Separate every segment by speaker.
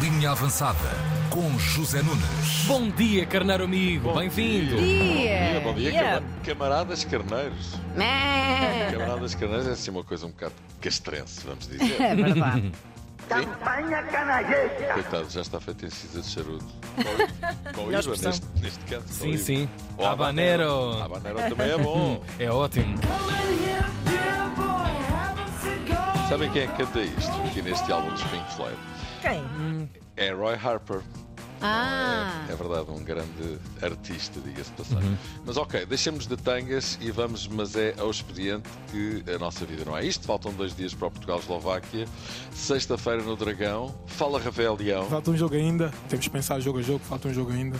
Speaker 1: Linha Avançada com José Nunes.
Speaker 2: Bom dia, carneiro amigo. Bem-vindo.
Speaker 3: dia!
Speaker 4: Bom dia,
Speaker 3: Yeah.
Speaker 4: cama- camaradas carneiros.
Speaker 3: Mé.
Speaker 4: Camaradas carneiros é assim uma coisa um bocado castrense, vamos dizer.
Speaker 3: É verdade.
Speaker 5: Campanha canalhesta.
Speaker 4: Coitado, já está feito em cinza de charuto. Com- Com o Iba,
Speaker 2: expressão.
Speaker 4: neste, neste caso. com
Speaker 2: Sim,
Speaker 4: IVA.
Speaker 2: sim.
Speaker 4: Ou
Speaker 2: Habanero.
Speaker 4: Habanero também é bom.
Speaker 2: É ótimo.
Speaker 4: Sabem quem é que canta isto aqui neste álbum dos Pink Floyd?
Speaker 3: Quem?
Speaker 4: É Roy Harper.
Speaker 3: Ah! Uhum.
Speaker 4: É verdade, um grande artista, diga-se de passagem. Mas ok, deixemos de tangas e vamos, mas é ao expediente que a nossa vida não é isto. Faltam dois dias para o Portugal-Eslováquia. Sexta-feira no Dragão. Fala Rafael Leão.
Speaker 6: Falta um jogo ainda, temos que pensar jogo a jogo, falta um jogo ainda.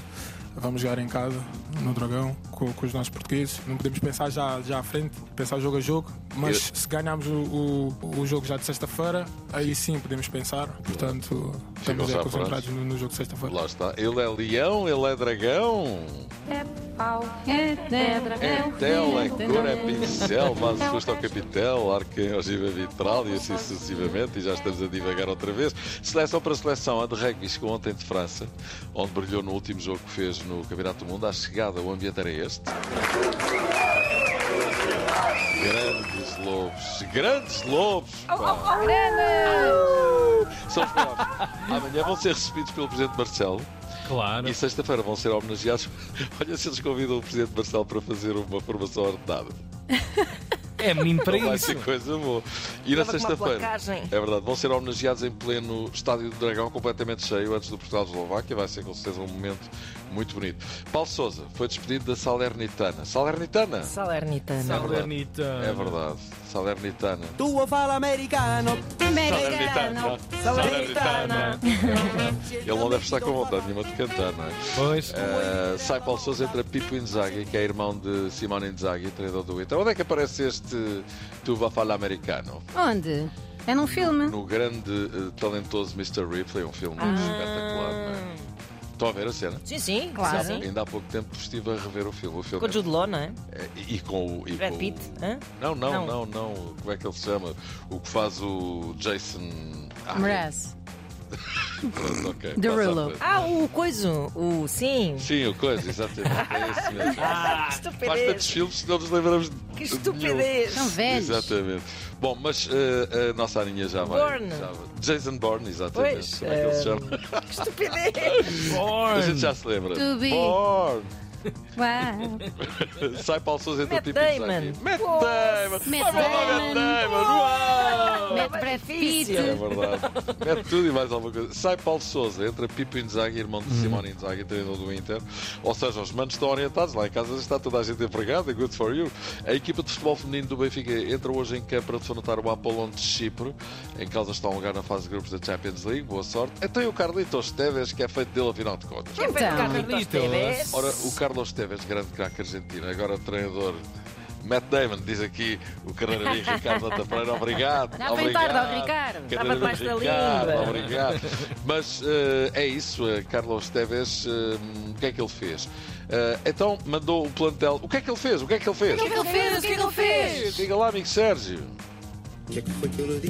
Speaker 6: Vamos jogar em casa, no Dragão, com, com os nossos portugueses. Não podemos pensar já, já à frente, pensar jogo a jogo, mas
Speaker 4: Eu-
Speaker 6: se ganharmos o, o, o jogo já de sexta-feira, aí sim podemos pensar. Portanto, estamos
Speaker 4: já
Speaker 6: é concentrados no, no jogo de sexta-feira.
Speaker 4: Lá está. Ele é leão, ele é dragão. É tel, é cor, é pincel, mas susto ao capitel, arco em ogiva vitral e assim sucessivamente. E já estamos a divagar outra vez. Seleção para seleção, a de rugby chegou ontem de França, onde brilhou no último jogo que fez no Campeonato do Mundo. À chegada, o ambiente era este. Grandes lobos, grandes lobos! pá. São os melhores. Amanhã vão ser recebidos pelo Presidente Marcelo.
Speaker 2: Claro.
Speaker 4: E sexta-feira vão ser homenageados. Olha se eles convidam o Presidente Marcelo para fazer uma formação ordenada.
Speaker 2: É menino para
Speaker 4: Não vai
Speaker 2: isso.
Speaker 4: ser coisa boa. E na
Speaker 7: Estava com uma
Speaker 4: sexta-feira.
Speaker 7: placagem.
Speaker 4: É verdade, vão ser homenageados em pleno Estádio do Dragão, completamente cheio, antes do Portugal-Eslováquia. Vai ser com certeza um momento muito bonito. Paulo Souza foi despedido da Salernitana. Salernitana!
Speaker 7: Salernitana.
Speaker 2: Salernita.
Speaker 4: É verdade, Salernitana.
Speaker 8: Tuo fala americano.
Speaker 3: Americano.
Speaker 4: Salernitana! Ele não deve estar com vontade nenhuma de cantar, não é?
Speaker 2: Pois.
Speaker 4: Uh, sai Paulo Sousa entre Pipo Inzaghi, que é irmão de Simone Inzaghi, treinador do Inter. Onde é que aparece este tuba fala americano?
Speaker 3: Onde? É num filme?
Speaker 4: No grande, uh, talentoso Mr. Ripley, um filme
Speaker 7: Ah.
Speaker 4: espetacular, não é? Estão a ver a cena?
Speaker 7: Sim, sim,
Speaker 3: Claro.
Speaker 7: claro. Ah, Sim, sim.
Speaker 4: Ainda há pouco tempo estive a rever o filme. O filme
Speaker 7: Com o Jude Law, não é?
Speaker 4: é- e com o. E com
Speaker 7: Brad
Speaker 4: o-
Speaker 7: Pitt. hã?
Speaker 4: Não, não, não,
Speaker 7: Não.
Speaker 4: não. Como é que ele se chama? O que faz o Jason. Ah,
Speaker 3: Mraz.
Speaker 4: pronto, ok.
Speaker 3: Derulo.
Speaker 4: Passa à frente.
Speaker 7: Ah, o coiso. O sim.
Speaker 4: Sim, o coisa, exatamente. É esse mesmo.
Speaker 7: que
Speaker 4: Faz tantos
Speaker 7: estupidez.
Speaker 4: filmes, não nos lembramos de de
Speaker 7: Que estupidez.
Speaker 3: São velhos.
Speaker 4: Exatamente. Bom, mas eh, a nossa aninha já vai.
Speaker 7: Bourne.
Speaker 4: já vai- Jason Bourne, exatamente.
Speaker 7: Pois,
Speaker 4: Como é que ele se
Speaker 7: eh,
Speaker 4: chama?
Speaker 7: Que estupidez.
Speaker 4: A gente
Speaker 2: Born.
Speaker 4: já se lembra.
Speaker 3: To be.
Speaker 4: Bourne.
Speaker 3: Uau!
Speaker 4: Sai Paulo Sousa entre
Speaker 7: Matt
Speaker 4: Pipo e Zaki.
Speaker 7: Damon.
Speaker 4: Matt Damon.
Speaker 3: Matt
Speaker 4: Vai falar
Speaker 3: Damon.
Speaker 4: Matt Damon. Uau!
Speaker 3: Mete Brad Pitt.
Speaker 4: É verdade. Mete tudo e mais alguma coisa. Sai Paulo Souza, entra Pipo Inzaghi, irmão de Simone Inzaghi, treinador do Inter. Ou seja, os manos estão orientados. Lá em casa está toda a gente empregada. Good for you. A equipa de futebol feminino do Benfica entra hoje em campo para defrontar o Apollon de Chipre. Em causa está um lugar na fase de grupos da Champions League. Boa sorte. Até o Carlitos Teves, que é feito dele, afinal de contas.
Speaker 7: Quem vai tocar
Speaker 2: Então.
Speaker 7: Carlitos Tevez?
Speaker 4: Ora, o Carlos Tevez, grande craque argentino, agora treinador. Matt Damon, diz aqui o carreira amigo Ricardo Ota Pereira, obrigado.
Speaker 3: Já vem
Speaker 4: obrigado,
Speaker 3: tarde ao Ricardo.
Speaker 4: Carreira
Speaker 7: Estava debaixo
Speaker 4: amigo
Speaker 7: da
Speaker 4: Ricardo,
Speaker 7: língua.
Speaker 4: obrigado. Mas eh, é isso, eh, Carlos Tevez, eh, o que é que ele fez? Eh, então mandou o plantel. O que é que ele fez? O que é que ele fez?
Speaker 3: O que é que ele fez? O que é que ele fez?
Speaker 4: Diga lá, amigo Sérgio.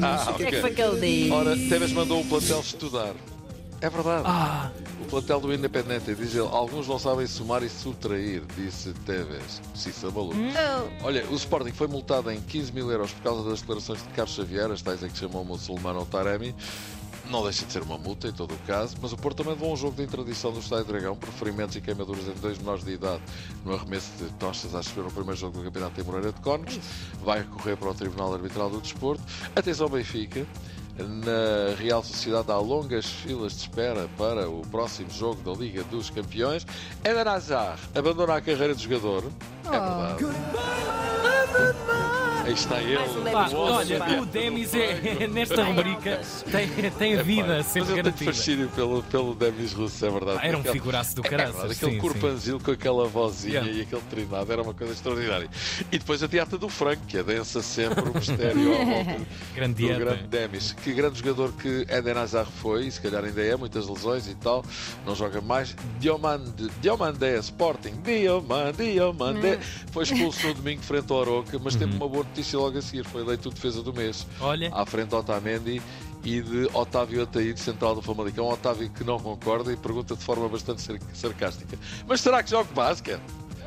Speaker 4: Ah,
Speaker 7: O que é que
Speaker 4: ok.
Speaker 7: foi que ele disse?
Speaker 4: Ora, Tevez mandou o plantel estudar. É verdade.
Speaker 7: Ah.
Speaker 4: O plantel do Independente diz ele: alguns não sabem somar e subtrair, disse Tevez. Cissa maluco. Olha, o Sporting foi multado em 15 mil euros por causa das declarações de Carlos Xavier, as tais a que chamou o muçulmano ao Taremi. Não deixa de ser uma multa, em todo o caso, mas o Porto também levou um jogo de interdição do Estádio Dragão por ferimentos e queimaduras em dois menores de idade no arremesso de tochas, acho que foi no primeiro jogo do Campeonato de Moreira de Cónicos. Vai recorrer para o Tribunal Arbitral do Desporto. Atenção, Benfica. Na Real Sociedade há longas filas de espera para o próximo jogo da Liga dos Campeões. Eden Hazard abandona a carreira de jogador. É verdade. Aí está ele.
Speaker 7: Mais um
Speaker 2: Pá,
Speaker 7: Demis Roussos, pá.
Speaker 2: olha, o Demis é, nesta rubrica tem, tem a
Speaker 4: Pá,
Speaker 2: vida
Speaker 4: mas
Speaker 2: sempre
Speaker 4: eu tenho
Speaker 2: garantida.
Speaker 4: fascínio pelo, pelo Demis Russo, é verdade.
Speaker 2: Ah, Era um
Speaker 4: Aquele-
Speaker 2: figuraço do
Speaker 4: é
Speaker 2: caralho.
Speaker 4: verdade, aquele corpanzil com aquela vozinha
Speaker 2: Yeah.
Speaker 4: e aquele trinado era uma coisa extraordinária. E depois a dieta do Franco, que adensa sempre o mistério à volta
Speaker 2: Grande
Speaker 4: do grande
Speaker 2: dieta.
Speaker 4: Demis. Que grande jogador que Eden Hazard foi, e se calhar ainda é, muitas lesões e tal, não joga mais. Diomande, Diomandé Sporting, Diomandé, Diomandé, foi expulso no domingo frente ao Aroca, mas teve uma boa notícia logo a seguir, foi eleito o defesa do mês
Speaker 2: Olha,
Speaker 4: à frente de Otamendi e de Otávio Ataíde, central do Famalicão. Otávio que não concorda e pergunta de forma bastante sar- sarcástica: Mas será que jogo basquete?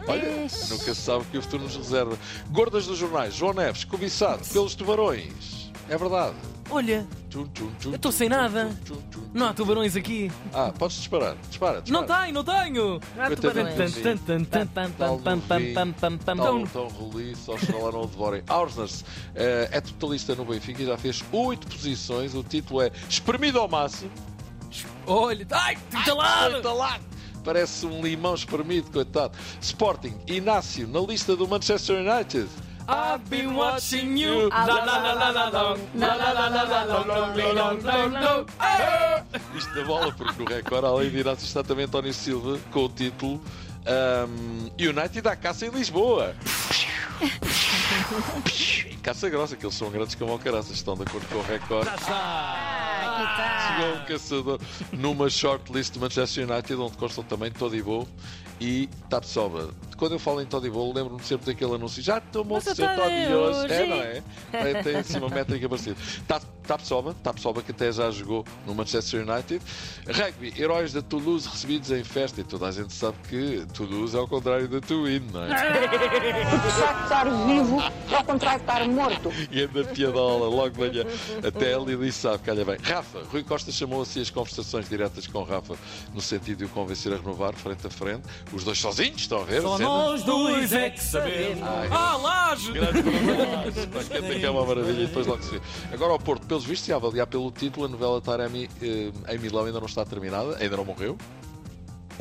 Speaker 4: Olha,
Speaker 3: Eish.
Speaker 4: nunca se sabe o que o futuro nos reserva. Gordas dos jornais, João Neves, cobiçado pelos tubarões. É verdade.
Speaker 2: Olha,
Speaker 4: Tum, tum, tum,
Speaker 2: Eu tô
Speaker 4: tum,
Speaker 2: sem
Speaker 4: tum,
Speaker 2: nada.
Speaker 4: tum, tum, tum.
Speaker 2: não há tubarões aqui.
Speaker 4: Ah, podes disparar. Dispara,
Speaker 2: Não tá.
Speaker 4: dispara.
Speaker 2: tenho, não tenho.
Speaker 7: Não há
Speaker 4: Eu também
Speaker 7: tubarões.
Speaker 4: vi.
Speaker 2: Tan, tan, tan,
Speaker 7: Pam,
Speaker 2: tan.
Speaker 7: pam, pam, pam, pam, pam, pam,
Speaker 2: Tá,
Speaker 7: pam.
Speaker 4: Tal,
Speaker 7: Então,
Speaker 4: Tá tão roli, só se lá não o devorem. Ausners eh, é totalista no Benfica e já fez oito posições. O título é Espremido ao Máximo.
Speaker 2: Olha, ai, entalado.
Speaker 4: lá! Parece um limão espremido, coitado. Sporting, Inácio, na lista do Manchester United.
Speaker 2: I've been watching you. La, la, la, la, la, long. La, la, la, la, la, long, long, long, long, long.
Speaker 4: Isto da bola, porque o recorde, além de Inácio, está também António Silva, com o título ahm, United à caça em Lisboa. Caça grossa, que eles são grandes como o caraças, estão de acordo com o recorde. Chegou um caçador numa shortlist de Manchester United, onde constam também Todibo e Tapsoba. Quando eu falo em Todibo, lembro-me sempre daquele anúncio: já tomou o seu
Speaker 3: Mas o
Speaker 4: Toddy
Speaker 3: Toddy
Speaker 4: hoje. É,
Speaker 3: hoje.
Speaker 4: não é? Tem- Tem assim uma métrica parecida. Ta- Tapsoba, Tapsoba que até já jogou no Manchester United. Rugby, heróis da Toulouse recebidos em festa. E toda a gente sabe que Toulouse é ao contrário da Twin, não é?
Speaker 9: Sabe estar vivo, ao contrário de estar morto.
Speaker 4: E anda piadola, logo de manhã. Até a Lili sabe, calha bem. Rafa, Rui Costa chamou assim as conversações diretas com Rafa, no sentido de o convencer a renovar, frente a frente. Os dois sozinhos, estão a ver?
Speaker 2: Só
Speaker 4: Sendo-
Speaker 2: nós dois é que sabemos.
Speaker 4: Ai, é
Speaker 2: Ah, laje.
Speaker 4: Grande problemas. Pá, que até que é uma maravilha e depois logo se vê. Agora ao Porto, pelos vistos, e a avaliar pelo título, a novela Taremi eh, em Milão ainda não está terminada, ainda não morreu.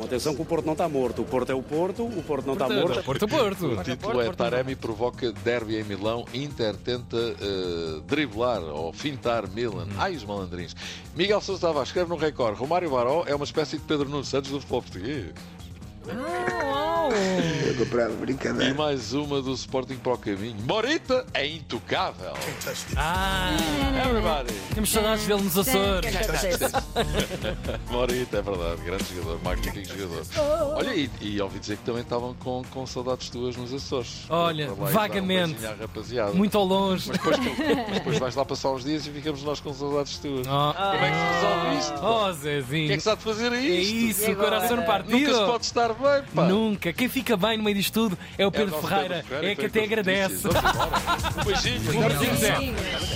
Speaker 10: Atenção que o Porto não está morto. O Porto é o Porto, o Porto não
Speaker 4: tá
Speaker 10: está morto.
Speaker 2: Porto, Porto.
Speaker 4: O título é Taremi provoca derby em Milão, Inter tenta eh, driblar ou fintar Milan.
Speaker 2: Uhum.
Speaker 4: Ai, os malandrins. Miguel Sousa Tavares escreve no Record: Romário Baró é uma espécie de Pedro Nunes Santos do futebol português.
Speaker 7: uau.
Speaker 5: Eu comprava brincadeira.
Speaker 4: E mais uma do Sporting para o caminho. Morita é intocável. É
Speaker 2: Ah,
Speaker 4: Everybody.
Speaker 2: temos saudades dele nos Açores.
Speaker 4: Morita, é verdade. Grande jogador, magnífico jogador. Olha, e, e ouvi dizer que também estavam com, com saudades tuas nos Açores.
Speaker 2: Olha,
Speaker 4: Para lá e dar um
Speaker 2: vagamente.
Speaker 4: beijinho à rapaziada.
Speaker 2: Muito ao longe.
Speaker 4: Mas depois, tu- mas depois vais lá passar uns dias e ficamos nós com saudades tuas.
Speaker 2: Oh,
Speaker 4: Como é que se resolve isto? pá?
Speaker 2: oh
Speaker 4: O que é
Speaker 2: Zezinho.
Speaker 4: que se há de fazer a
Speaker 2: É
Speaker 4: isto?
Speaker 2: isso,
Speaker 7: E
Speaker 2: o coração
Speaker 7: agora?
Speaker 4: Nunca se
Speaker 2: partido.
Speaker 4: pode estar bem, pá.
Speaker 2: Nunca. Quem fica bem no meio disto tudo é o
Speaker 4: É o
Speaker 2: Pedro
Speaker 4: nosso
Speaker 2: Ferreira. É
Speaker 4: Pedro
Speaker 2: que até
Speaker 4: tem as notícias.
Speaker 2: agradece.
Speaker 4: Vamos embora. Um beijinho.
Speaker 2: Beijinhos.
Speaker 3: Sim.